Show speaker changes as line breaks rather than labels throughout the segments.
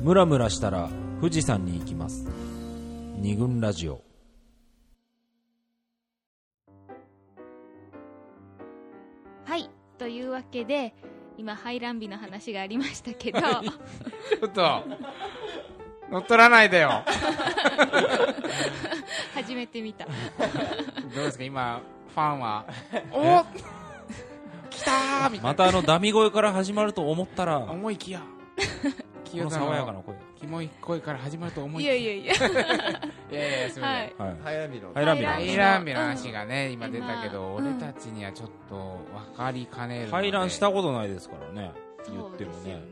ムラムラしたら富士山に行きます二軍ラジオ
はいというわけで今排卵日の話がありましたけど
ちょっと乗っ取らないでよ
始めてみ た
どうですか今ファンはおっ来たーみた
ま
いな
たあのダミ声から始まると思ったらこ
思いきや清
の
田の
爽やかな声
キモい声から始まると思い
い
き
や
や
いやいや
いやいやす
は
みません
い
はい
早見の
はいランビラ
はい
イランビの話がね、今出たけど、
今
俺たちにはちょっと分かりかねるので
排卵したことないですからね言
そ
っ
う
て
で
も
すよ
ね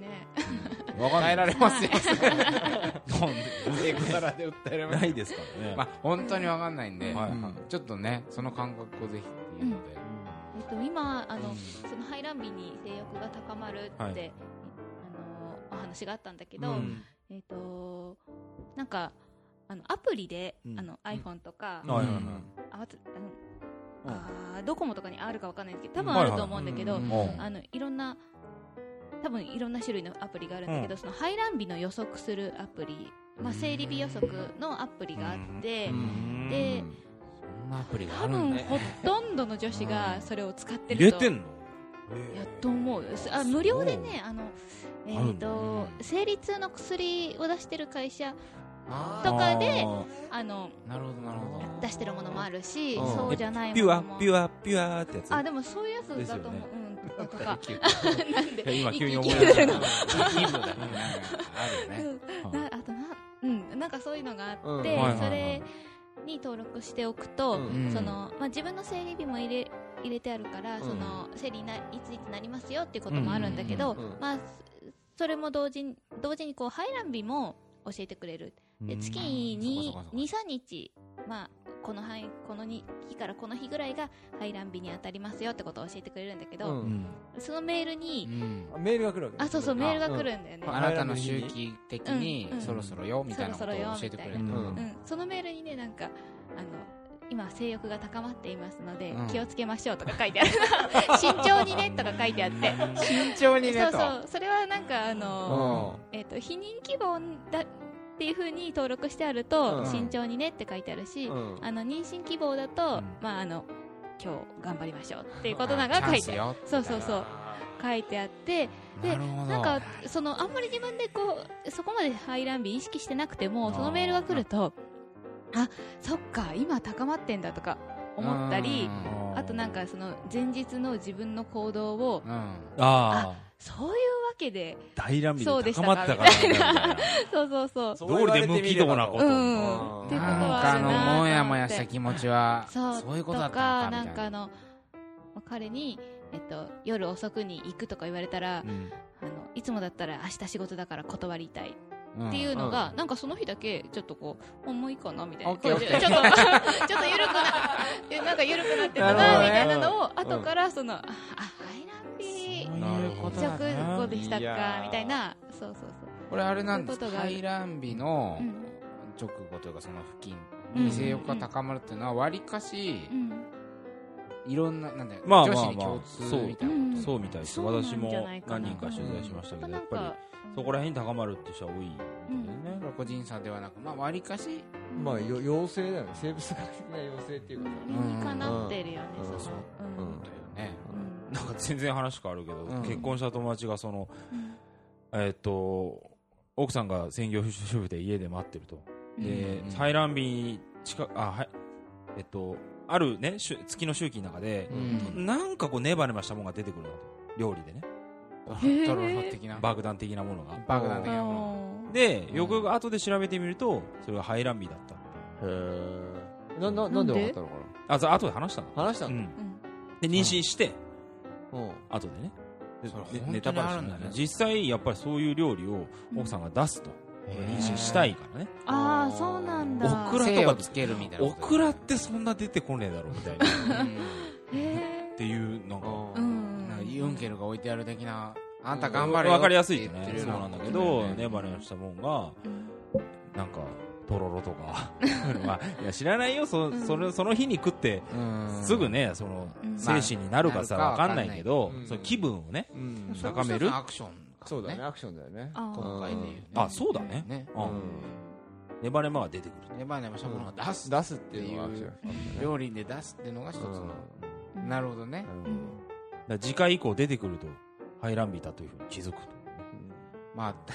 ね
わかんな
耐え
い
られますよ、
英語からで訴えられます
ないですからね、
まあ本当に分かんないんで、
はいううん
ん
ちょっとねその感覚をぜひっていうので、
えっと今あの、
うん
その排卵日に性欲が高まるって、
はい
あのお話があったんだけど、
うん
えっ、となんかあのアプリで、
うん
あの iPhone とか、
はいはいはい
あわつ
うん
あの、あードコモとかにあるかわかんないんですけ
う
ど多分
ん
あると思うんだけど、
はいはい
はい
うん
うん
あのいろんな多分いろんな種類のアプリがあるんだけど、その排卵日の予測するアプリ、まあ、生理日予測のアプリがあって、
うん
で
そんなアプリがあ
多
るん
分
だよ
ほとんどの女子がそれを使って
入れ
ると
てんの
いやと思うすあ無料でねあの、え
ある
ー
んだ
と
うん
生理痛の薬を出してる会社
あ
とかで
あ
あの
ーなるほどなるほど
出してるものもあるし
うん
そうじゃない
ー
も
ピ
の
ュ
も
アピュアピュアってやつ
あでもそういうやつだと思う、
で
うんとか なんで
今急に
生
思
き
い
生
出
き
した
るの
いい部だねあるよね
はい
なあとなうんなんかそういうのがあ
うん
っ
は
て、
い
はいはい
それに登録しておくと、
うん
そのまあ、自分の生理日も入れ入れてあるから、
ん
その生理ないついつなりますよっていうこともあるんだけど、
うんうんうんうん
まあ、そそれも同時に同時にこう排卵日も教えてくれるで月に
そうかそうかそうか
23日、まあ、この範囲この日からこの日ぐらいが排卵日に当たりますよってことを教えてくれるんだけど、
う
うん
そのメールに、
うん
あメールが来るわけね
あそうそうメールが来るんだよね、
あなたの周期的に
うん
そろそろよみたいなこと
そ
を
ろそろよ
教えてくれる
み
たいな
うん
うん、そのメールにねなんかあの今性欲が高まっていますので、
うん
気をつけましょうとか書いてある 慎重にねとか書いてあって
慎重に
そ
ね
う
と
そうそれはなんかあ
う
の、
ん
えっと避妊希望だっていうふうに登録してあると、
うん
慎重にねって書いてあるし、
うん
あの妊娠希望だと、
うん
まああの今日頑張りましょうっていうことなんか書いてある
あチ
そ
ャ
う
ンスよ
そうそう書いてあって
な
で
るほど
なんかそのあんまり自分でこうそこまで排卵日意識してなくてもそのメールが来るとあそっか今高まってんだとか思ったり
ー
あとなんかその前日の自分の行動を
うんうん
ああ
そういうわけで
大乱
そ
備
う
で
でした
高
か
まってたから
みたい
な
そうそうそう
どうりで無軌道なこ
う
と
ん
うん
っていうこと
なん
は
か
あ
あ
る
の
な
もや
と
も
思
や
っ
してた気持ちは
そう
そういう
と
ことだった
か
のか
な
み
ん
たい
かあの彼に、えっと、夜遅くに行くとか言われたら、
うん
あのいつもだったら明日仕事だから断りたい
うん
っていうのが、
う
なんかその日だけちょっとこうもうもういいかなみたいな
オッケー
こう
オッケー
ちょっと ちょっと緩くなえなんか緩くなってたな
なるほどね
みたいなのを、
ん
後からその、ああ
そう
排卵
いうこ
日
とだね
直後でした
い
か
やー
みたいなそうそう
俺あれなんです
そういうことがある
排卵日
そう
の
うん
直後というかその付近
うん
に性欲が高まるっていうのはわりかし
うん
いろんななんだよ
まあまあ
女子に共通
まあ
みたいなこと
そうみたいです
そうなん
私
じ
も
ゃないかな
何人か取材しましたけど
うん
やっぱりそこら辺に高まるって人は多いみたいです
こ
ね
れ個人差ではなくまあわりかし
まあよ妖精だよね生物学的な妖精っていうかさ
理にかなってるよね、
うん
その
そう
うん
うん
だよね
うん
なんか全然話変わるけど
うん
結婚した友達がその
うん
えーっと奥さんが専業主婦で家で待ってるとで
うん
採卵日近くあはいえっとあるねしゅ月の周期の中で
うん
なんかこうネバネバしたものが出てくるなと料理でね
ドロッドロッ的な
爆弾的なものが
爆弾
う
的
ん
なも
で
うん
よくよく後で調べてみるとそれが排卵日だった
へえなななんで分かったのか
あざ後で話したの
な話した
う
の
ん
うん
で妊娠して
うん
後でねで
それ
ね
本当に
ネタバレしない
あるんだね
実際やっぱりそういう料理を奥さんが出すと
へ
妊
ー
娠したいからね
ああそうなんだ
オク
の
ラ
精
と
を
か
つけるみたいな
オ
こと
クラってそんな出てこねえだろみ たいなっ
うん
へえ
ていうなんか
あ
う
ー
ん
なんかユンケルが置いてある的なあんた頑張れよ
わかりやすいよ
って
ね
言
そう
ってるよ
なんだけ
こと
ど
よね
ネバネバしたもんが
うん
なんかとろろと かまあいや知らないよそそれその日に食って
うん
すぐねその
うん
精神になるかさ
まあ
わかんないけど
なるかわかんない
その気分をね
うん
高める
それこそアクションか
そうだね、アクションだよね。
あー
今回で言うね
あそうだね
ね
う
うんん。
ネバネバが出てくる
ネバネバしたものを出す
出すっていうのがアクション。
料理で出すっていうのが一つの、なるほどね
うん
うん
だから次回以降出てくるとハイランビだというふうに気づくと
まあ た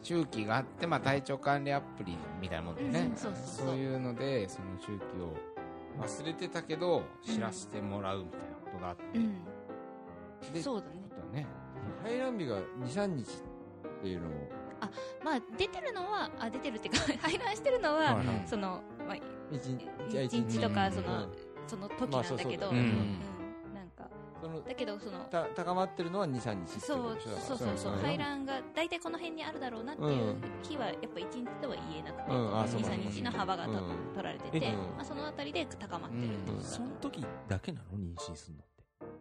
周期があって、まあ、体調管理アプリみたいなもんでね、
うんそうそうそう
いうのでその周期を忘れてたけど知らせてもらうみたいなことがあって、
うん
で
そうだね
ちょっとね
排卵日が2、3日っていうのも、
まあ出てるのはあ出てるっていうか 排卵してるのは、
はいはい
その、まあ、
1日、
一日とか
うん
その、
うん
その時なんだけど、
まあそうそう
う
だね
うん
んなんか
その
だけどその
た高まってるのは2、3日ってい
そう
こと
う
でしょだから
そうそうそう
うん
排卵が大体この辺にあるだろうなっていう日はやっぱ一日とは言えなくて、
うんあそう
か
23日の幅がと、
うん
取られてて、
えうん
まあ、そのあたりで高まってる、
うん
その時だけなの妊娠するのっ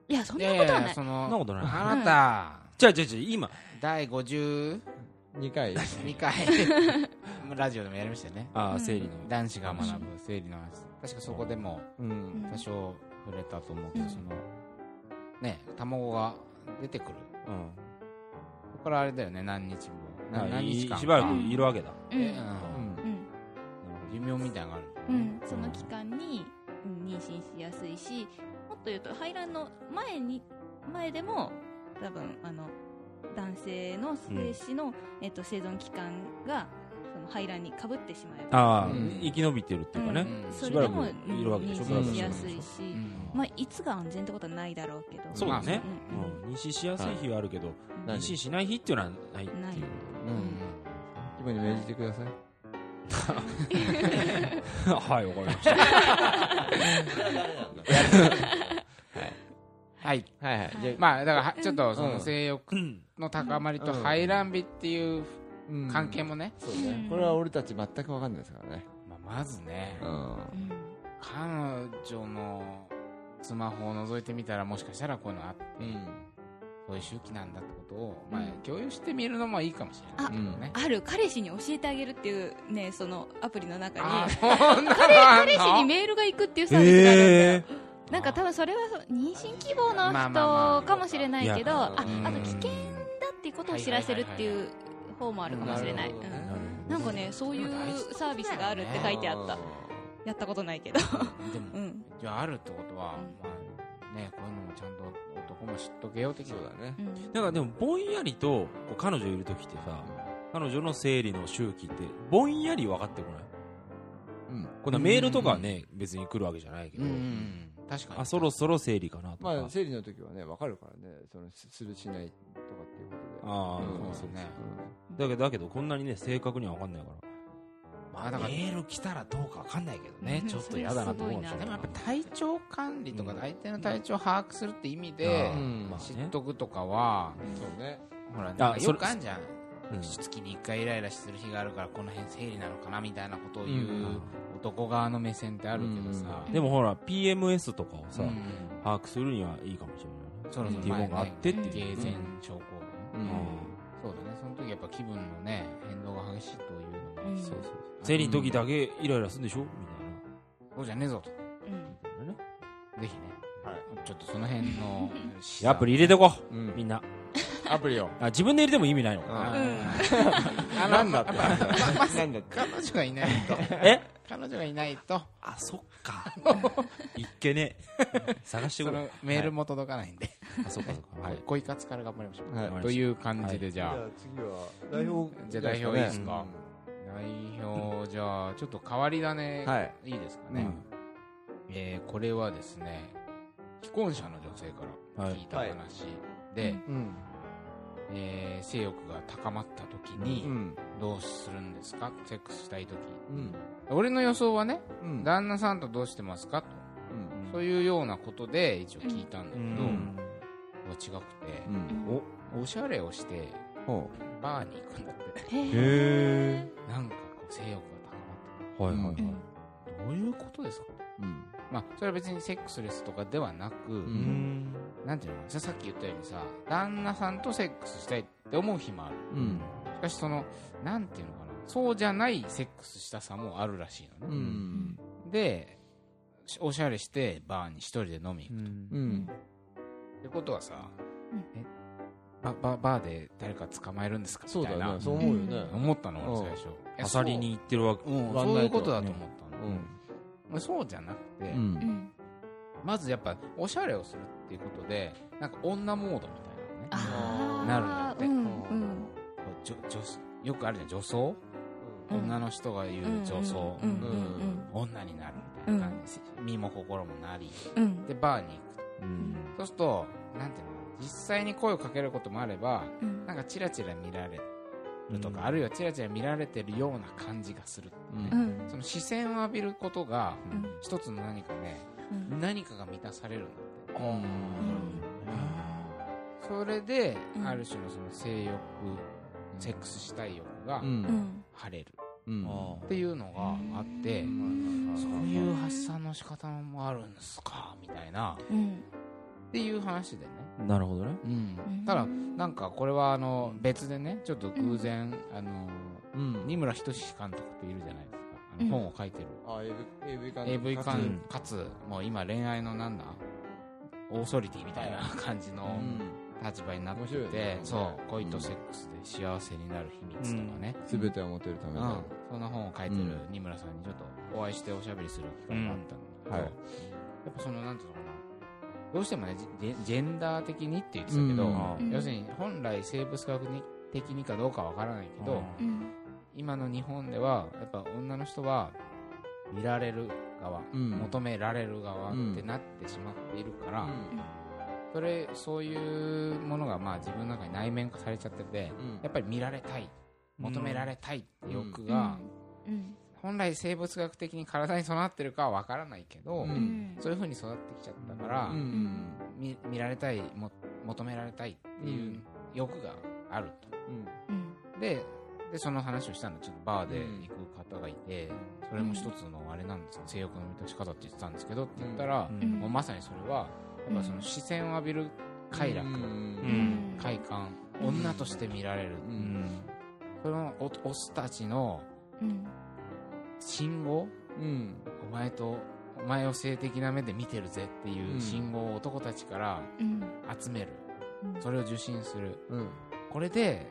て
いやそん
い
な
やい
ことは
や
ない
やそ
そんな
の
ことない
あなた、
じゃあじゃあじゃあ今
第52
2回。
回 ラジオでもやりましたよね
あ
う
ー
ん
生理の
男子が学ぶ生理の話確かそこでも
うん
うん
多少触れたと思うけど、
うん
そのね卵が出てくる
うん
ここからあれだよね何日も
まあ
何何日間
いしばら
う
く
ん
いるわけだ
うん
で
う
うん
ん
うん
寿命みたいなのがあ
う
る
ん、その期間にうん妊娠しやすいしもっと言うと排卵の前に前でも多分あの男性の精子の、えっと、生存期間がその排卵にかぶってしまえば
ああ
うん
生き延びてるっていうかね
うん
それで
しば
も
らくいるわけでしょ
妊娠しやすいし、
うん
まあ、いつが安全ってことはないだろうけど
そうだね
うんうん
うん妊娠しやすい日はあるけど
う
妊
ん
娠しない日っていうのはないって
ない
いう
うん今に命じてください。
はい、わかりま した。
はい
はいはい。じゃあ
まあだからはちょっとそうの
ん
性欲の高まりと
うん
排卵日っていう
うん
関係もね、
そうね
うん
これは俺たち全く分かんないですからね。
まあ、まずね
うん
うん
彼女のスマホを覗いてみたらもしかしたらこういうのあってそういう周期なんだってことを、まあ
うん、
共有してみるのもいいかもしれないけどね
ある彼氏に教えてあげるっていうねそのアプリの中
あ
に
そんなのあん
彼
の
氏にメールが行くっていうサービスがあるんだよ、
え
なんか多分それは妊娠希望の
まあまあま
人
あ
かもしれないけど、あ
いや
あと危険だ
うん
っていうことを知らせるっていう方もあるかもしれない。
うん
え
うんな
な
んかね、そういうサービスがあるって書いてあった。やったことないけど。
で
う
も
ん。
じゃああるってことは、
う
まあねこういうのもちゃんと男も知っとけよ的
そうだね
う。ん
なんかでも、ぼんやりと、こう彼女いるときってさ、彼女の生理の周期って、ぼんやり分かってこない。
うん。
こんなメールとかはね、別に来るわけじゃないけ
う
ど、
ん確かに
あ、そろそろ生理かなとか。
まあ、生理の時はね、分かるからね。その、すするしないとかっていうことで。
ああ、
うん
そうね。
う
だけど、だけど、こんなにね、正確には分かんないから。
まあだから
メール来たらどうか分かんないけどね
う、ん
ちょっと嫌だなと思うでしょ
それ
でもやっぱ体調管理とか
うん
相手の体調を把握するって意味で
うん
知っとくとかは
んそうね。
ほらなんか
そ
よ
れ
くあんじゃん
うん
月に1回イライラする日があるからこの辺生理なのかなみたいなことを言
う
う男側の目線ってあるけどさ
でもほら、PMS とかをさ、
うん
把握するにはいいかもしれないね。
そろそろ
っていうも
前
のがあっ
ね
てって
ゲ
いう。
ーゼン症候群
う
うん
ん。
そうだねその時やっぱ気分のね変動が激しいというのも
そうそう。生理の時だけイライラするんでしょみ
そうじゃねえぞと
うん
たいな。みたいなね。
ぜひね
はい。
ちょっとその辺 の
アプリ入れてこう、
うん
みんな
アプリを。
あ自分で入れても意味ないの
うん
あ
あなんだって。なんだって。
彼女がいないと
え
彼女がいないと
あそっかいっけねえ探して
そ
く
の
れ
メールも届かないんで、
あそっかそっか、
はい、恋活から頑張りましょう、
はい
はい
という感じでじゃあ、
次は、代表
じゃあ代表いいです
か
代表じゃあちょっと変わり種、
はいい、
いですかね、
うん
えーこれはですね既婚者の女性から聞いた話で、
はい
うん。
えー性欲が高まった時
う
に
ん。
どうするんですかセックスしたい時
うん。
俺の予想はね
うん。
旦那さんとどうしてますかと
うん。
そういうようなことで一応聞いたんだけ
う
ど、
ん
違くて、
うん。
おおしゃれをして
ほ
バーに行くんだって
へー
へ
なんかこう性欲が高
ーはいはいはい、
うん
まってどういうことですか
う。うん。
まあそれは別にセックスレスとかではなく、
うんん
なんていうのかなささっき言ったようにさ旦那さんとセックスしたいって思う日もある
うん。
しかしそのなんていうのかなそうじゃないセックスしたさもあるらしいの
う
ね、
ん。
でしおしゃれしてバーに一人で飲みに行く
うん。
ってことはさ、
うん
えバババーで誰か捕まえるんですか
そう
み
だ
たい
よ
な
ねそう思うよね
うん
思ったの
うん
俺最初え
あさりに行ってるわけ
そううん
ワンナイト
そういうことだと思ったの
うん
まあそうじゃなくて
うんん
まずやっぱおしゃれをするっていうことでなんか女モードみたいな
あ
のね
ー
なるんだって
うんうん
こうじょ女子よくあるじゃん女装
うん
女の人が言う女装
うんうん
女になるみたいな感じ身も心もなり
うんうん
でバーに行く
うん
そうするとなんていうのかな実際に声をかけることもあれば
うん
なんかチラチラ見られるとか、あるいはチラチラ見られてるような感じがする、
うん
うん
その視線を浴びることが、
うん
一つの何かね
うん
何かが満たされるんだって、
あ
それで、
うん
ある種のその性欲セックスしたい欲が
うん
うん
晴れる
うん
ー
っていうのがあって、そういう発散の仕方もあるんですかみたいな
うん
っていう話でね、
なるほどね
うんただなんかこれはあの別でねちょっと偶然、あの
うん
二村仁志監督っているじゃないですかあ
うん
の本を書いてる、
あ AV AV 感
AV
感
館
うん
かつもう今恋愛のなんだオーソリティみたいな感じ
う
の
ん
立場になってて、
面白いね
そう恋とセックスで幸せになる秘密とかね、
全てを持てるため
うん
だ
そんな本を書いてる
うん
二村さんにちょっとお会いしておしゃべりする機会があったんだけど、
うんはい
やっぱそのなんていうのかなどうしてもねジェジェンダー的にって言ってたけど、
うん
要するに本来生物学的にかどうかわからないけど、
うん
今の日本ではやっぱ女の人は見られる側、
うん
求められる側っ
うん
てなってしまっているから、
うん
それそういうものがまあ自分の中に内面化されちゃってて
うん
やっぱり見られたい求められたいって欲
うん
が、
うん
本来生物学的に体に備わってるかは分からないけど、
うん
うん
そういうふうに育ってきちゃったから、
うんうん
み見られたいも求められたいっていう欲があると。
うん
ででその話をしたのちょっとバーで行く方がいて、それも一つのあれなんですよ性欲の満たし方って言ってたんですけどって言ったら、
うん
うん
もうまさにそれはやっぱその視線を浴びる快楽、
うん
快感女として見られる、
う
うん
ん
そのおオスたちの
うん
信号
うん
お前とお前を性的な目で見てるぜっていう信号を男たちから
うん
集める
うん
それを受信する
うん
これで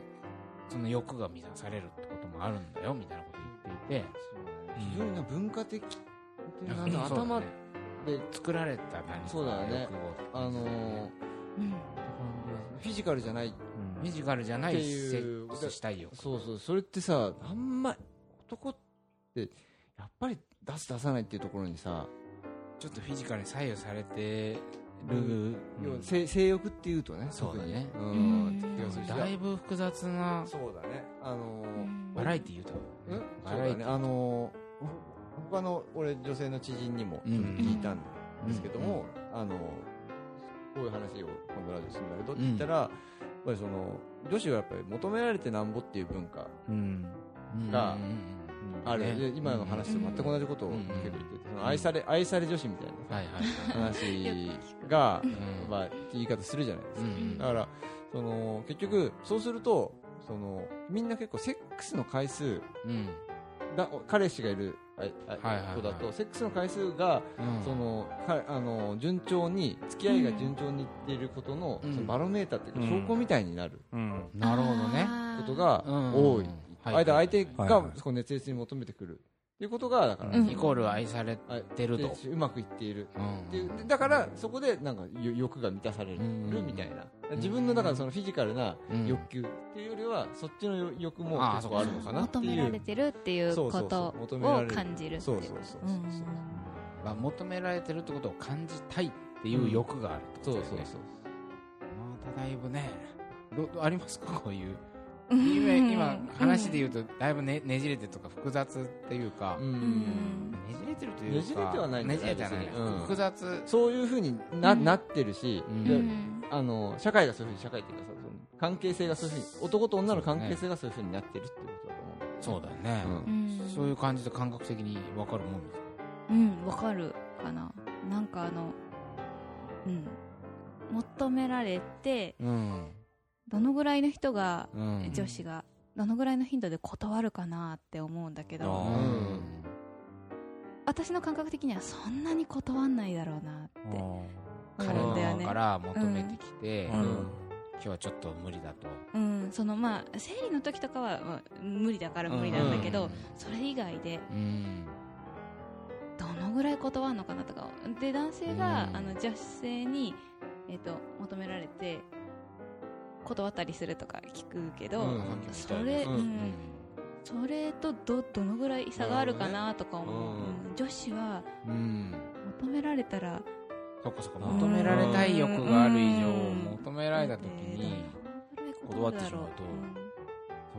その欲が満たされるってこともあるんだよみたいなこと言っていて
非常にな文化的でなんだ
そうだね
頭で
作られた何か
そうだよ
欲
ね
望って
あ
感じ
の
だよね
ー
うん
フィジカルじゃない
フィジカルじゃない
って
セ
いう
ックスしたい欲
そうそうそれってさあんま男ってやっぱり出す出さないっていうところにさ、
ちょっとフィジカルに左右されて
う
る、
要は性性欲っていうとね
そうだね
特に
うん
って気がするし
だいぶ複雑な
そうだねあのー
バラエティー豊
う
か
ん
ね
そ
バ
う
ラエ
だ
テ
ね
ィ
あのー他の俺女性の知人にも
うん
聞いたんですけども、あのーこういう話を今度ラジオするんだけどって言ったら、やっぱりその女子はやっぱり求められてなんぼっていう文化
うん
ー
が
うんうんうん
ある、
ね
で今の話と全く同じことを結構言ってて、その愛され愛され女子みたいなさ、
はいはい
話が、
うん
まあ、言い方するじゃないです
う
か。
ん
だから、その、結局、そうすると、その、みんな結構セックスの回数
うん
だ、彼氏がいる、ああ
はいはいはい
子だと、セックスの回数が、
うん
その、かあの、順調に、付き合いが順調にいっていることの、
うん
そのバロメーターっていうか、
うん
証拠みたいになる
うん
なるほどね
こと
あ
が
うん
多い。
うんはい
間、相
は
手
いはい
が、そこ熱烈に求めてくる。っていうことが、だから、
うん
イコール愛され
あ
てると
でうまくいっている。
うん
っていうでだからそこでなんかよ欲が満たされ
う
る
ん
みたいな
うん
自分のだからそのフィジカルな
うん
欲求っていうよりはそっちの欲も
あー
結構あるのかなって
求め
い
られ
う
てるっていう
そう
こ
そう
と
そう求められ
を
る
感じるってい
そううそうそう
うんうん
まあ、求められてるってことを感じたいっていう欲があるってこと
そう
だ
そ
よ
う
ね
そう
まただいぶねどどありますかこういう
うん
今今話で言うとだいぶねねじれてとか複雑っていうか、
う
ね
ん
じれてるというか
ねじれてはないんだ
ね
よ
じれてはない、
別にうん
複雑
そういうふうにな
うん
なってるし
うん
で
うん
あの社会がそういうふうに社会っていうかさその関係性がそういうふうに男と女の関係性がそういうふうになってるってことだと思うんだよね
そうだよね、
うん
うん
そういう感じで感覚的に分かるもんです
うんわかるかななんかあのうん求められて
うん、
どのぐらいの人が
うん
女子がどのぐらいの頻度で断るかなって思うんだけ
あ
う
ど
ー
ん
私の感覚的にはそんなに断んないだろうなって
あ
あるんだよね
から求めてきて、
ーうん
今日はちょっと無理だと
うん、そのまあ生理の時とかは、まあ、無理だから無理なんだけど、それ以外で
うん
どのぐらい断るのかなとかで男性が、
うん
あの女性に、えっと求められて断ったりするとか聞くけど、
うん
それ、
う
うんん
うん
それとどどのぐらい差があるかなとか
なるほ
思う、
どね
うん女子は
うん
求められたら
そっかそっか
うん
求められたい欲がある以上
うん
求められた時に
ど
断
れ断
っ
る
てしまうと
だろ
そう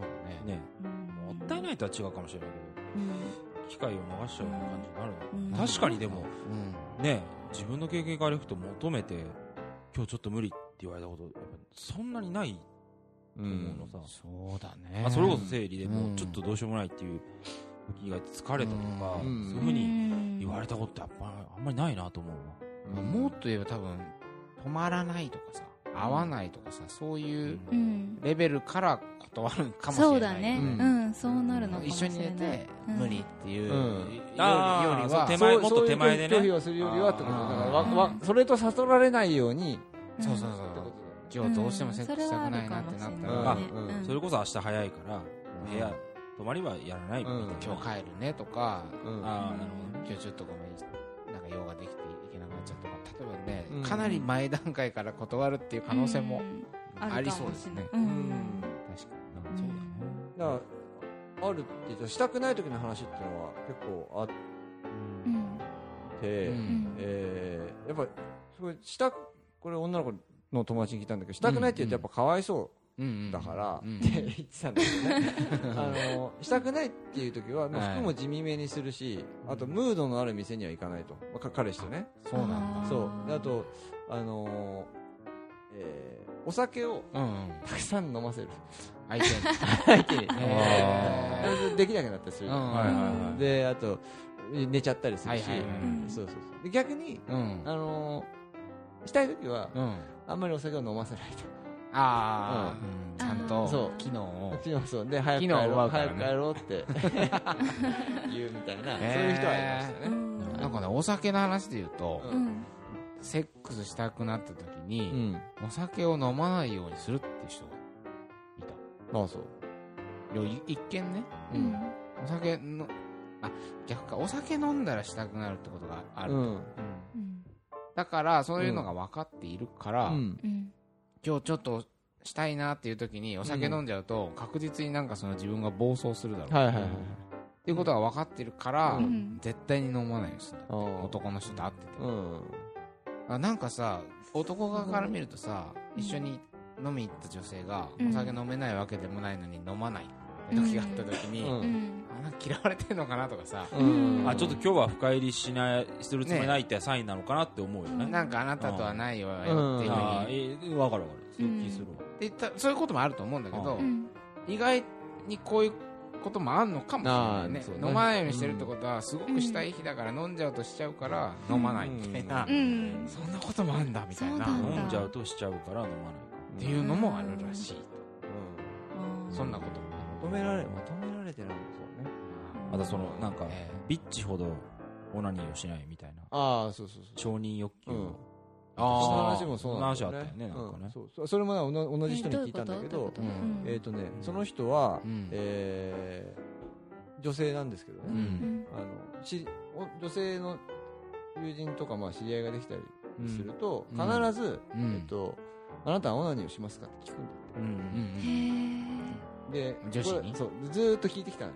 だね
ね、
ううん
もったいないとは違うかもしれない
うん
けど、機会を逃しちゃうような感じになる
うん
の、確かにでも、
うん
ね、自分の経験からいくと求めて、今日ちょっと無理って言われたこと、やっぱそんなにないと思うのさ。
そうだね
あそれこそ生理で
う
も
ん
うちょっとどうしようもないっていう時が疲れたとか、
う
そ
ん
ういうふうに
うん
言われたことってやっぱあんまりないなと思うわ
まあもっと言えば多分止まらないとかさ合わないとかさそういう
う
うん
ん
レベルから断るかもしれない
そうだね、
うん
うん、そうなるのかも
一
しれ
緒に
ない
寝て
うん
無理っていうより
うん
あー手
よりは
前
そう
もっと手前でね
そういう拒否をするよりはってことだからわ
あ
ー
わそれと悟られないように
うん
そうそう
ってこと
今日どうしてもセックスしたくないなってなった
うんそれは
ら
あ
あるかもしれないね
うん
それこそ明日早いから
うん
部屋泊まりはやらないみたいな、
うん
今日帰るねとか
だよね
ああなるほどね
今日ちょっとごめんなんか用ができていけなくなっちゃったとか例えば
うん
ねかなり前段階から断るっていう可能性も
うん
ありそうですね
あるかもしれないうん
確か
うん
に
だからあるって言ったらしたくない時の話っていうのは結構あっ
うん
て、
うん
えーやっぱすごいしたこれ女の子の友達に聞いたんだけどしたくないって言うとやっぱかわいそ
うんうん
うだから、
うん
って言ってたん だけどねあのしたくないっていう時はもう
はい
服も地味めにするし、あとムードのある店には行かないとまあか彼氏とね
そうなんだ
そうであとあのーえーお酒を
うんうん
たくさん飲 ませる
相手に
相手に
へー
できなくなったりする、
うん
はいはいはい
であと寝ちゃったりするし、
はいはいはい
うん
そうそうそうで逆に
うん
あのーしたい時は、
うん
あんまりお酒を飲ませないと
ああ
うん
ちゃん
そ
と
う
機能を
うちもそうで早く帰
昨日奪
ろう
うから
早
ね
く帰ろうって言うみたいな、
へー
そういう人はいました
う
ね、
ん
なんかねお酒の話で言うと
うん
うん
セックスしたくなった時
う
に
ん、
お酒を飲まないようにするっていう人がいた
あそう
いやい一見ね
う
うん
ん
お酒のあ逆かお酒飲んだらしたくなるってことがある、
うん
うん
だからそういうのが分かっているから、
うん
うん
今日ちょっとしたいなっていう時にお酒飲んじゃうと確実になんかその自分が暴走するだろう、
はいはいはい
っていうことが分かってるから、
うん
絶対に飲まないようにするんだって
あー
男の人と会ってて、
うん
あなんかさ男側から見るとさ、一緒に飲み行った女性が、
うん
お酒飲めないわけでもないのに飲まないって時があった時に、
うん
うん
あなんか嫌われてんのかなとかさ、
うん
あちょっと今日は深入りしないするつもりないってサインなのかなって思うよね
なんかあなたとはないわ
うん
よっていうふう
あ
に、
ーえーわかるわかるそういう気するわ、
でたそういうこともあると思うんだけど、
う
うん
意外にこういうこともあんのかもしれない
あー
ね
そうね
飲まないようにしてるってことはすごくしたい日だから飲んじゃうとしちゃうから飲まないみたいな、
う
うん
そんなこともあんだみたいな
そうなんだ
飲んじゃうとしちゃうから飲まないか
っていうのもあるらしい、
うん
そんなことも
うん求められ求められてるんですよね
またそのなんか
え
ビッチほどオナニーをしないみたいな
ああそうそうそう
承認欲求を、
うん
あー
その話もそうなんだよ
そんな話あったよねなんかね
うんそうそうそれもなおな同じ人に聞いたんだ
えどう
け
いう
ど
ことどういうこと
うん
うん
えっとねその人は
うん
えー女性なんですけど
う
ね
うんん
あのしお女性の友人とかまあ知り合いができたりすると
うん
必ず
うんうん
えっとあなたはオナニーをしますかって聞くんだ
うん
うんうん
へ
で
女子に
これそうずーっと聞いてきたの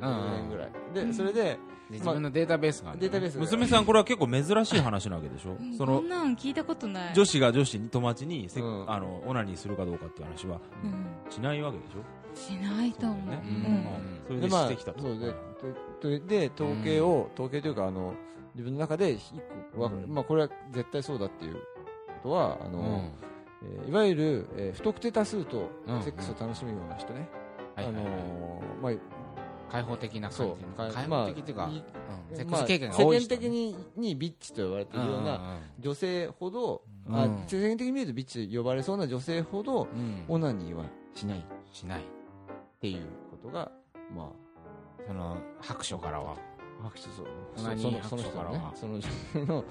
10年ぐらいでそれで
で自分のデータベースがあるんだ
デー
よね
タベースが
娘さんこれは結構珍しい話なわけでしょ
ー
そ
こ
の
んなん聞いたことない
女子が女子に友達にせっ
うん
あのオナニーするかどうかっていう話は
うん
しないわけでしょ
しないと思
そう
う
だよね
うん
それ
で
で知
ま
っ
あ
てきたと
そうでととで統計を、統計というかあの自分の中で一個わかる
うん
まあこれは絶対そうだっていうことはあ
う
の、
んはい
えーいわゆる、えー不特定多数と
うん
セックスを楽しむような人ね、
はいはい
あのーまあ
開放的な感じ
そう
開
まあ
放的っていうか、
い
うんセックス経験が
ま
多
あ
い
世
人
間的
ね
ににビッチと呼ばれているような女性ほど、
うん
あ世間的に見るとビッチと呼ばれそうな女性ほど
うんうん
オナニーはしないっ
しない
ていうことがま
その白書からは、
あ白書そう
オナニー
そのその
白書
人
か
の
ら
ね
は
その人の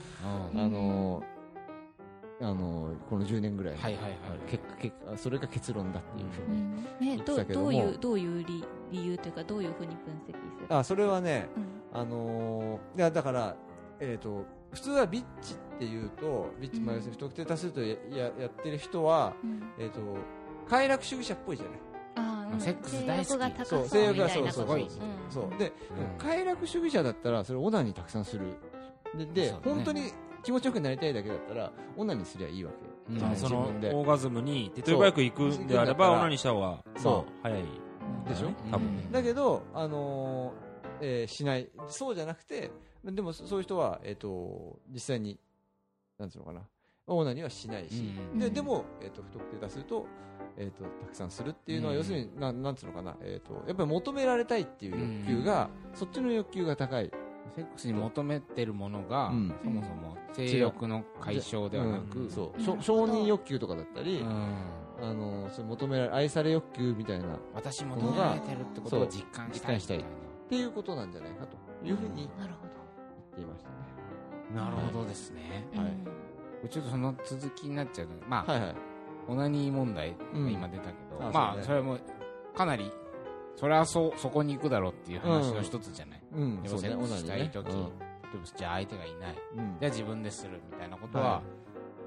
うん
あのーあのこの10年ぐらいの、
はいはいはい
あれ結果結果それが結論だっていうふう
う
に、
んね、
言って
ど
た
う
けど
ど
も
ういうどういう理理由というかどういうふうに分析する
あそれはね
うん
あのーいやだから、えー、と普通はビッチっていうとビッチ、
うん
まあ、要するに不特定多数とやややってる人は、
うん
えー、と快楽主義者っぽいじゃない
あーうん
セックス大好き
性欲が高
そう
そう
性欲が
みたいな
そう
こと
そう
そう
うん
そうで、
うん
快楽主義者だったらそれオナにたくさんするでで、
そうだね
本当に気持ちよくなりたいだけだったらオナにすりゃいいわけ、
うん
じゃない
あその
自分で
オーガズムに手っ取り早く行くんであれば
そう
オナニーした方が
そう
まあ早い
でしょ
多分ね
うん
だけど、あのーえーしないそうじゃなくてでもそそういう人は、えー、と実際になんつうのかなオーナーにはしないし、
うん
で
うん
でも、えー、と不特定多数と,、えー、とたくさんするっていうのは、
うん
要するになんなんつうのかな、えー、とやっぱり求められたいっていう欲求が、そっちの欲求が高い
セックスに求めてるものが、
うん
そもそも性欲の解消ではなく、
うんそう
うん
しょ承認欲求とかだったり、
うん
あのーそれ求められ愛され欲求みたいなっ
私求められてるってことを実感したいみたい
そうていうことなんじゃないかというふうに
なるほど
言っていましたね、
ななるほどですね、
はい
ちょっとその続きになっちゃうのまあ、
はいはい
オナニー問題
うん
今出たけど、
あ
ま
そう
あ
ね
それもかなりそれはそうそこに行くだろうっていう話の一つじゃない、
うん
で
そ
も
う
セ
ね
ッ
オ
クス
ナニ
し
ー
た
ね
い時、でもじゃあ相手がいない
うん
じゃあ自分でするみたいなことは、
は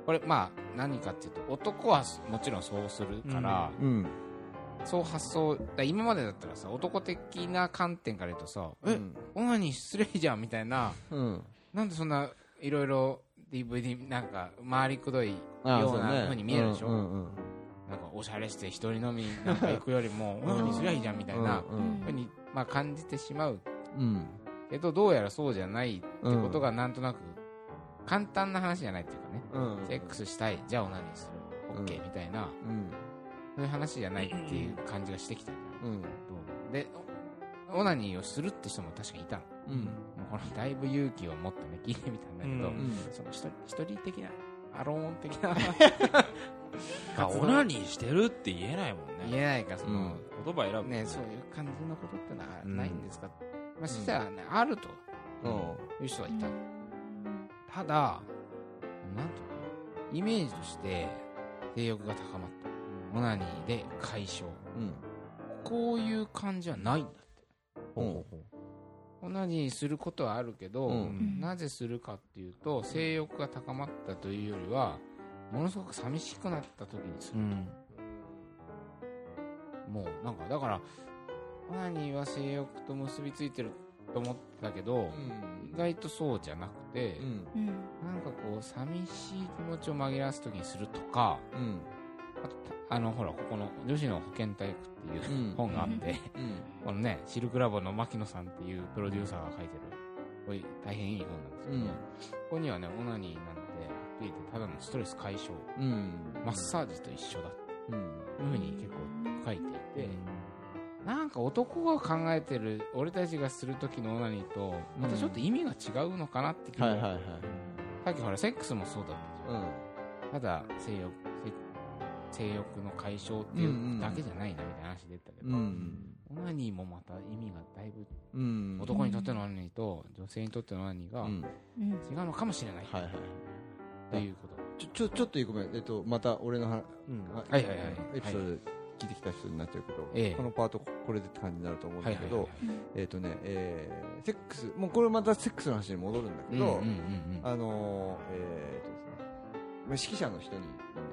これまあ何かっていうと男はもちろんそうするから、
うん
そう発想だから今までだったらさ男的な観点から言うとさ、えオナニー失礼じゃんみたいな
うん
なんでそんないろいろ DVD なんか回りくどいよう
ああそう
な
ね
ふうに見えるでしょ、
うんうんうん
なんかおしゃれして一人飲みなんか行くよりもオナニーすりゃいいじゃんみたいな
うん
ふうに、まあ、感じてしまう
うん
けどどうやらそうじゃないって
うん
ことがなんとなく簡単な話じゃないっていうかね、
うん
セックスしたいじゃあオナニーする
うん
OK みたいな、
うん
そういう話じゃないっていう感じがしてきたじゃん
うん
でオオナニーをするって人も確かにいたの
うん
このだいぶ勇気を持ってね聞いてみたんだけど、
う
うん
その一人一人的なアローン的な
あオナニーしてるって言えないもん
言
ね
えないからその、
言葉選ぶもん
ねそういう感じのことってのはないんですか、まあしたらね、あると
うん
いう人はいうた、
ん
ただなんとかイメージとして性欲が高まったオナニーで解消こういう感じはないんだって
うん
オナニーすることはあるけど、
うん
なぜするかっていうと性欲が高まったというよりはものすごく寂しくなった時にす
う
る、
ん
もうなんかだからオナニーは性欲と結びついてると思ってたけど、意外とそうじゃなくて、
うん
うん
なんかこう寂しい気持ちを紛らわす時にするとか
うん
あとたあのほらここの「女子の保健体育」っていう
うん
本があって、
うん
このね、シルクラボの牧野さんっていうプロデューサーが書いてる、これ大変いい本なんですけど、
うん
ここにはね、オナニーなんて、はっきり言ってただのストレス解消、
うん
マッサージと一緒だって
うん
いうふうに結構書いていて、なんか男が考えてる、俺たちがする時のオナニーと、またちょっと意味が違うのかなって気も、
はいはいはい
さっきほら、セックスもそうだったじ
う
ゃん。
ん
ただ性欲、性性欲の解消っていうだけじゃないなみたいな話出たけど、
うん
オナニーもまた意味がだいぶ
うん
男にとってのオナニーと女性にとってのオナニーが
うん
うん
違うのかもしれない
はいはい
ということ、
ちょちょちょっとごめんえっとまた俺のは
うん
は
はいはいはい
エピソード聞いてきた人になっちゃうけど、
ええ
このパートここれでって感じになると思うんだ
はい
け
は
ど、
いはいはい
えっ、とね、えーセックスもうこれまたセックスの話に戻るんだけ
うんうん
ど、
うんうん
あのーえーとですねまあ指揮者の人にで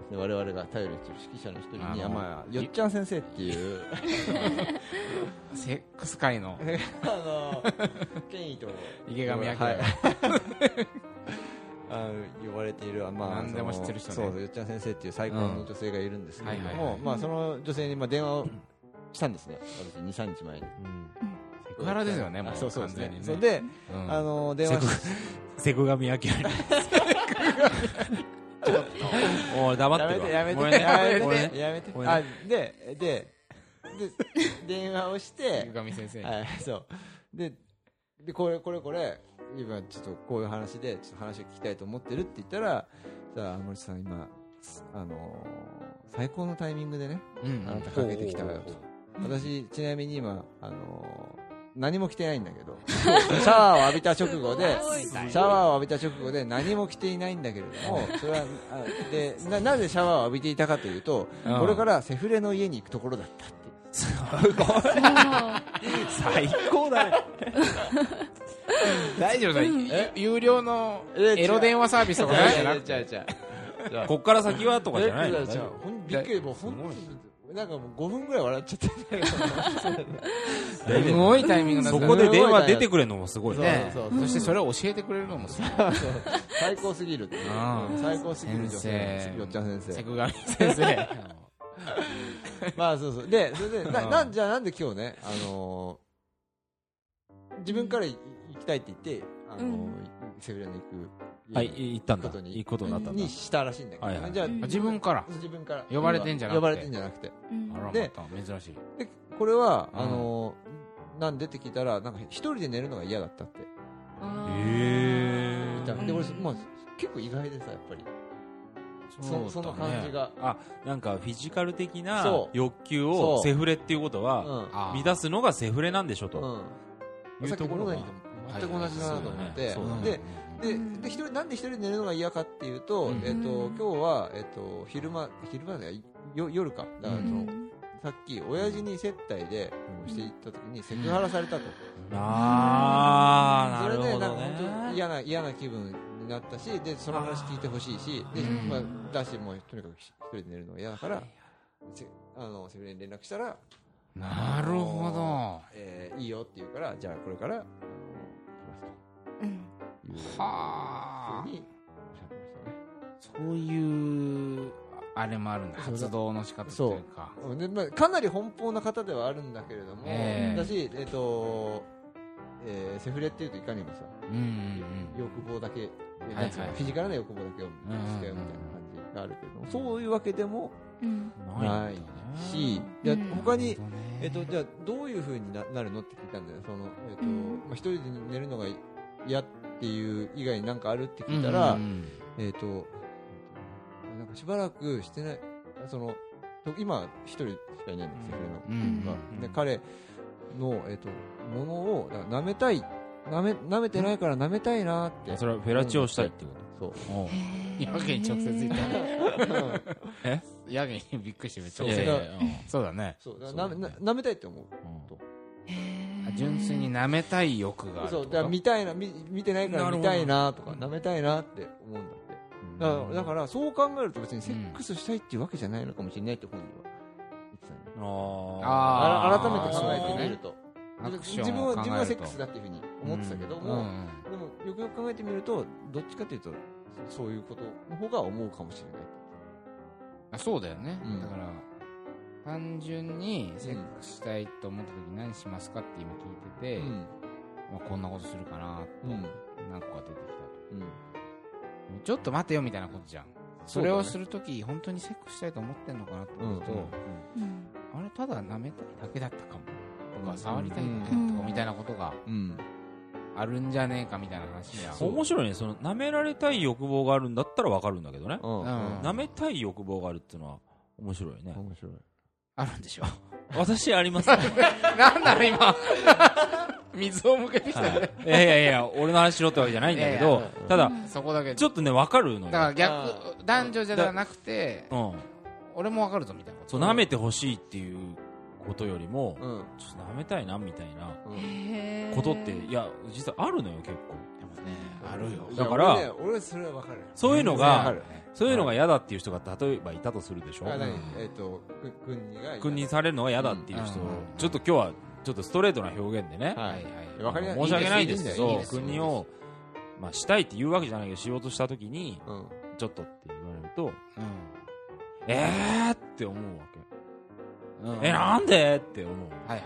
すね我々が頼りにしてる指揮者の人に
あの
あまあ、よっちゃん先生っていう
セックス界の
あのー権威と
池上彰
はい、 あの呼ばれている、まあ、
何でも知ってる人ね
そのそうよっちゃん先生っていう最高の女性がいるんですけれど
うんはいはい
も
はい
まあその女性にまあ電話をしたんですね私23日前に。
セクハラですよねも
あ
う
そうそう
完全にね
そうで、
うん
あの電話し
セクガミアキラ リ。おい、黙ってるわ。
やめて
ご
や
め
め
んね
てやめ
ごめん
てや
ね
めてやめて
ごめんね
あでで で電話を して
池上先生に、
はいそうででこれこれこれ今ちょっとこういう話でちょっと話を聞きたいと思ってるって言ったらさあ森さん今あのー最高のタイミングでね
うん
あなたかけてきたわよ
おう
と私ちなみに今あの何も着てないん だけどシャワーを浴びた直後でシ
すごい
ャワーを浴びた直後で何も着ていないんだけれどもそれはあでななぜシャワーを浴びていたかというと、
うん
これからセフレの家に行くところだったっていう
すごい最高だね
大丈夫だ、
え
有料の
え
エロ電話サービスとかないんじゃなく て
こっから先はとかじゃないの
えじゃあほんびっくりもう本当になんかもう5分ぐらい笑っちゃったんだけど
すごいタイミングだっ
そ
た
こで電話出てくれるのもすごいね
ね
そうそうそう
そしてそれを教えてくれるのもすごい
最高すぎるっていう
あー
最高すぎる女性
先生
よっちゃん先
セ
生
クガミ先 生
まあそうそうでそれでな
うん
なんじゃあなんで今日ねあのー自分からい行きたいって言ってあのー
うん
セフレの行く家
はい
に
い行ったん
行
だ
くことに
行くことになったんだ
にしたらしいんだけどね、
はいはい
じゃあ
うん
自分から
自分から
呼ばれてんじゃなくて
呼ばれてんじゃなくて
うん
あらま
で
た珍しい
でこれは、
うん
あのーなんでって聞いたらなんか一人で寝るのが嫌だったって
あ
へ
言
ー
ったで俺、まあ
う、
結構意外でさやっぱり
だ
そ,、
ね
その感じが、
あなんかフィジカル的な
そう
欲求
そ
を
う
セフレっていうことは
うん
あー
満たすのがセフレなんでしょとい
うん、さ
う
っ
と
き
こ
の
ろが
何と全く同じだなと思っ
は
て、
いはいはい
でで
うん
で一人なんで一人で寝るのが嫌かっていうと,、
うん
えっと
うん
今日は、えっと昼間昼間だよよ夜かだか
う
らそ
ん
の、
ん
さっき親父に接待でしていった時にセクハラされたと、
あー
そ
な
れ
る
で
ほ
なん
ど
か本当
ね
嫌な嫌な気分になったしでその話聞いてほしいしで、
うん
まあ、だしもうとにかく一人で寝るのが嫌だから、せあのセブンに連絡したら、
なるほ
えーいいよって言うからじゃあこれからあの
うん
どはあ
行きますというふうにおっしゃってましたね。
そういうあれもあるんだ
そうだ
発動の仕方というか
うんでまあ、かなり奔放な方ではあるんだけれども、
ええ
だし、えっとえーセフレっていうといかにもさ
うんうんうん
欲望だけ、
い
なんつうの
はい
フィジカルな欲望だけを見つけようみたいな感じがあるけれども、そういうわけでも
うん
な
ないい
んだね
し、
う
い
ん
や
うん
他
な
に、
るほどね
えっとじゃあどういうふうにななるのって聞いたんだよその、えっと
うん
まあ、一人で寝るのが嫌っていう以外に何かあるって聞いたら、
うんうん
えっ、と、なんかしばらくしてない、あその、と今、一人しかいないんですよ、
うん
セフレの。
うん
で彼の、えっ、と、ものを、だから舐めたい、舐め、舐めてないから舐めたいなって。
それはフェラチオしたいってこ
そう。
と
やけに直接言った
え
やけにびっくりしてめっちゃ
そう
いやいやいや
そ
うんそうだね
そう。だ
そう
から
だ
舐
ね
め、な舐めたいって思う。
あ純粋に舐めたい欲があるって
そう。
こと
だから見たいな、見見てないから見たいなとか、
なるほど
舐めたいなって思うんだって。だから、だからそう考えると別にセックスしたいっていうわけじゃないのかもしれないって本人は言ってたね。
あ
あ
あら改
ー
めて考えてみると。
アクション
自分
を
は
考えると
自分はセックスだっていうふうに思ってたけど
うんう
も、
ん
でもよくよく考えてみるとどっちかというとそそういうことの方が思うかもしれない
あそうだよね、
うん
だから単純にセックスしたいと思った時に何しますかって今聞いてて、
うん
まあ、こんなことするかなと
うん
何個か出てきたと
うん
ちょっと待てよみたいなことじゃんそれをするとき、本当にセックスしたいと思ってんのかなと
うん
思うと、
うん
あれただ舐めたいだけだったかもとか、
うん
触りたいだけだった
う
かも
ん
みたいなことが
うん
あるんじゃねえかみたいな話や
あ面白いねその舐められたい欲望があるんだったらわかるんだけどね
うん
うん
舐めたい欲望があるっていうのは面白いね
面白い
あるんでしょ
私ありますね
なんだろう今 水を向けてきた、ね
はいいやいやいや俺の話しろってわけじゃないんだけ
い
ど
やい
ただ
そこだけ
ちょっとねわかるの
だ
よ
から
あ
逆男女じゃなくて
うん
俺もわかるぞみたいなこと
そう舐めてほしいっていうことよりも
うん
ちょっと舐めたいなみたいな
うん
ことっていや実はあるのよ結構
でもねあるよ
だから
いや俺ね俺はそれは分かる
そういうの
わか
が
る
そういうのが嫌だっていう人が例えばいたとするでしょ
あ何えっとく君にが
君にされるのが嫌だっていう人
うん
ちょっと今日はちょっとストレートな表現でね
は
はいい
わ
は
かり
い
やす
申し訳ないんですけ
いい
ど
ですいいです
国をまあしたいって言うわけじゃないけどしようとした時に
うん
ちょっとって言われると
うん
えーって思うわけ
うん
えなんでって思う
はいはいはい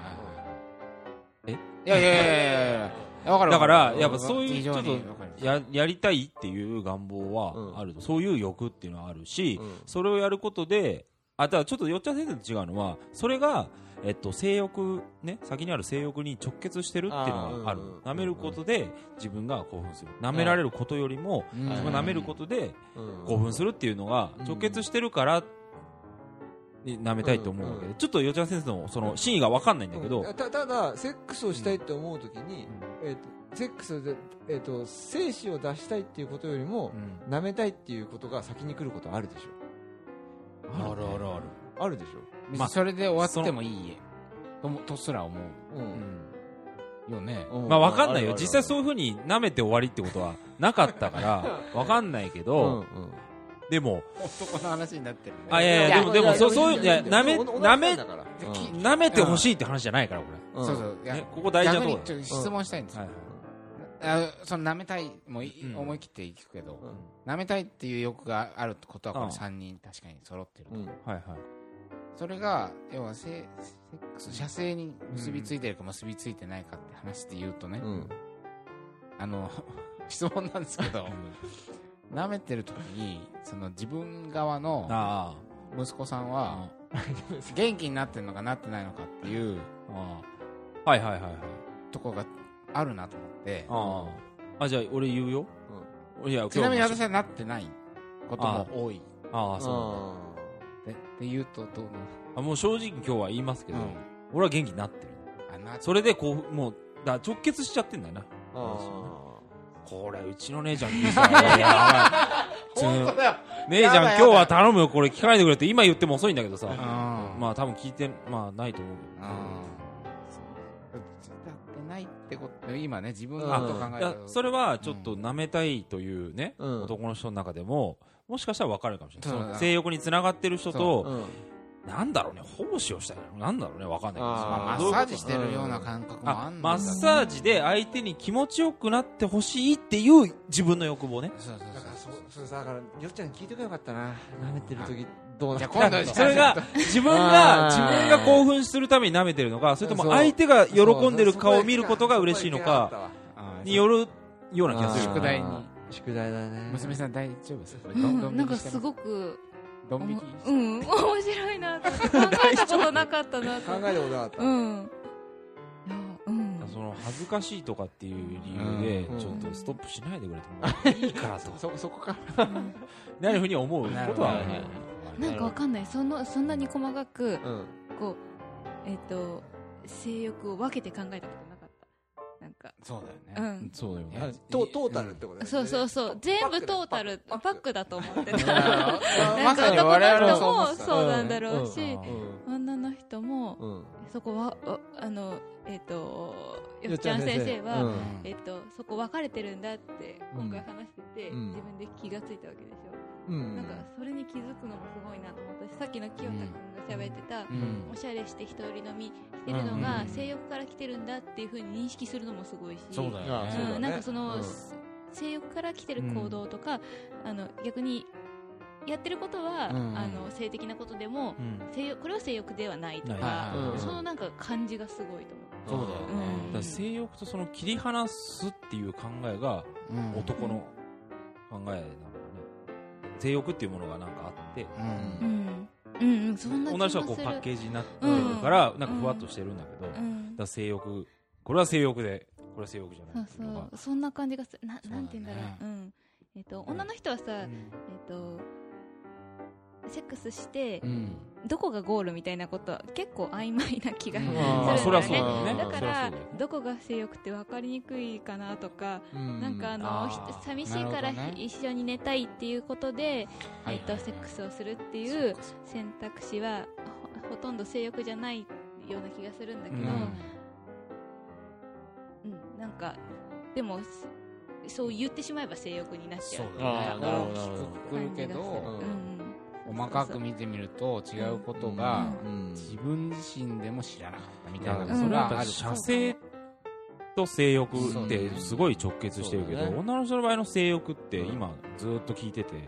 えいやいやいやいやいやわかる
だか
わかる
らやっぱそういう
非
ちょ
常
っと
にわかる
ややりたいっていう願望
う
は
ん
あると、そういう欲っていうのはあるし、
うん
それをやることであただちょっとよっちゃん先生と違うのはそれが、えっと、性欲ね先にある性欲に直結してるっていうのがある
あーうん
舐めることで自分が興奮する舐められることよりも
うん
自分が舐めることで
うん
興奮するっていうのが
うん
直結してるから舐めたいと思うわけで、ちょっとよちゃん先生のその真意が分かんないんだけど、
うんたただセックスをしたいって思うときに、えーとセックスで、えーと精子を出したいっていうことよりも、舐めたいっていうことが先に来ることあるでし
あるあるある。
ょあるでし
まあ、それで終わってもいいえ。とも、とすら思
ょ、うん
う。うん。よね。
うん
まあ分かんないよ、実際
う
そういうふうに舐めて終わりってことはなかったから、分かんないけ
ん
ど、
うん
でも、
男の話になってるね。
あいやいやでもでもそうそういういやなめ
おお
なめ
だから
でき
舐めてほしいって話じゃないから、こ
うん
そうそう。い
れ、
や
ね、ここ大事な
逆
と
に
こ
ち
だ
ょ
よ。
っと質問したいんですよ
はいはい
あその舐めたいもい
うん
思い切っていくけど、
うん
舐めたいっていう欲があるってことはこ
う
の
ん
3人確かに揃ってると、
うん
はいはい
それが要はセセックス射精に結びついてるか結びついてないかって話で言うとね、
うん
あの 質問なんですけど舐めてる時にその自分側の
あ
息子さん
あ
は元気になってるのかなってないのかっていう
ああはいはいはいはい
とこがあるなと思って
あああじゃあ俺言うよ、いや
ちなみに
今日
私はなってないことも多い
ああそうなんだ
でで言うとどうなの
あもう正直今日は言いますけど、俺は元気になってる
あな
それでこうもうだ直結しちゃってんだよな
あー
これうちの姉ちゃん聞いてたらやばい
本当だよ
姉ちゃ
や
ん
だやだ
今日は頼むよこれ聞かないでくれって今言っても遅いんだけどさ
ま
まあ多分聞いてまあないと思うけど
あそうだってないってこと今ね自分のこと考え
い
た
や
ら
それはちょっと舐めたいというね、
うん
男の人の中でももしかしたら分かるかもしれない
そ
そ
うだな
の性欲につながってる人
う
と、
ん
なんだろうね奉仕をしたいのなんだろうね分かんないけど
あ
まあマ
ど
ッ
ういう
サ
こ
ー
と
ジしてるような感覚もあ
あ
んの
マッサージで相手に気持ちよくなってほしいっていう自分の欲望ね
そうそう
だから
そ
そううそうだからよっちゃんに聞いてけばよかったな舐めてる時どう
じゃ
なっ
あ
た
今
の
度
それが自分が
あ
自
ー
分が興奮するために舐めてるのかそれとも
そう
相手が喜んでる顔を見ることが嬉しいのか
あ
によるような気がする
宿題に
宿題だね
娘さん大丈夫ですか
うんなんかすごく
ド
お
ン引
も
きし
う
てる
ん面白いなと思って考えたことなかったなと
考えたことなかった
うんいやうん
その恥ずかしいとかっていう理由で、
うん
ちょっとストップしないでくれてもいいからと
そそこか
なるふうに思う
なる
こと
ほど
は
はいはい
なんかわかんないそのそんなに細かく
うん
こうえっ、と性欲を分けて考えたことなかったなんか
そうだ
う
よね
ん
そうだよね
あトトータルってことだよね
そうそうそう全部トータルパ
パ
ッ
ック
クだと思って
だか
た
ら
な
ま
んか
さに我々もそ
男の人もそう
う思ってた
なんだろうし、
うん
女の人も、
うん
そこはああのえっ、と
うん
よっちゃん先生は、
うん
えっとそこ分かれてるんだって今回話してて、
うん
自分で気がついたわけでし
う
ょ、なん
ん
かそれに気づくのもすごいなと思ったしさっきの清田君が喋ってた、
うん
おしゃれして一人飲みしてるの
う
が
ん
性欲から来てるんだっていうふうに認識するのもすごいし
そうだよ
あ
ね
そうだ
う
ね
ん、なんかその、
うん
性欲から来てる行動とか、あの逆にやってることは、
うん
あの性的なことでも、
うん
性欲これは性欲ではないとか、
ない
うん
そのなんか感じがすごいと思う。
そうだよ
だ
うん
から性欲とその切り離すっていう考えが
ね
男の考えなのかね性欲っていうものがなんかあって
うん
うん、うん、うん、そんな
女
気
の
が
人
す
は
る。
こうパッケージになってるからなんかふわっとしてるんだけどだ
う
か
ん、
ら性欲これは性欲でこれは性欲じゃ
そ
ないうっていうの
そ
が
う、そんな感じがする。な、
そうだ
な
ね
んて言うんだろう。うん、えっ、と、女の人はさ、えっ、と。セックスして、
うん
どこがゴールみたいなことは結構曖昧な気がするんだよね。
まあそりゃそうだ
う
よ
ん
ね
だか
そりゃ
ら
そうだよね
どこが性欲って分かりにくいかなとか、
うん
なんかあの
あー
ひ寂しいから
なるほどね
一緒に寝たいっていうことで、
はいはい
えっとセックスをするっていう選択肢はほほとんど性欲じゃないような気がするんだけど、
うん
うんなんかでもそそう言ってしまえば性欲になっちゃ
そうう
みたい
だ
な
ね
なるほど
大きくくるけ
感じがす
ど
る
うん
うん
細かく見てみると違うことが
うん
自分自身でも知らなかったみ
い
た
や
い
だか
な
ら
こ
そ
と
れはやっ
があ
ぱ
る
射精と性欲ってすごい直結してるけど、
そうだね
女の人の場合の性欲って
うん
今ずっと聞いてて、
う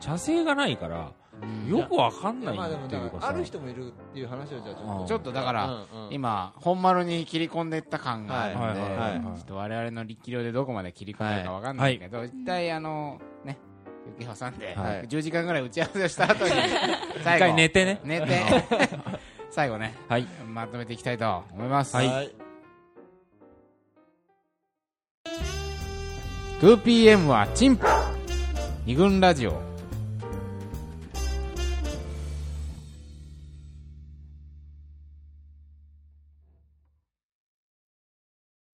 射精がないから
うん
よくわかん
んい
な
や
い
まあで
っ
も
てい
だ
う
か
からさ
ある人もいるっていう話をじゃあちょっ
あ
と
ちょっとだから
うんうん
今本丸に切り込んでいった感があるんで、
はいはいはいはい
ちょっと我々の力量でどこまで切り込んだかわかんないけど、一体あのね雪挟んで、
はい
10時間ぐらい打ち合わせをした 後に最
一
後
回寝てね
寝て 最後ね、
はい
まとめていきたいと思います、
はい、
2PM はチンポ二軍ラジオ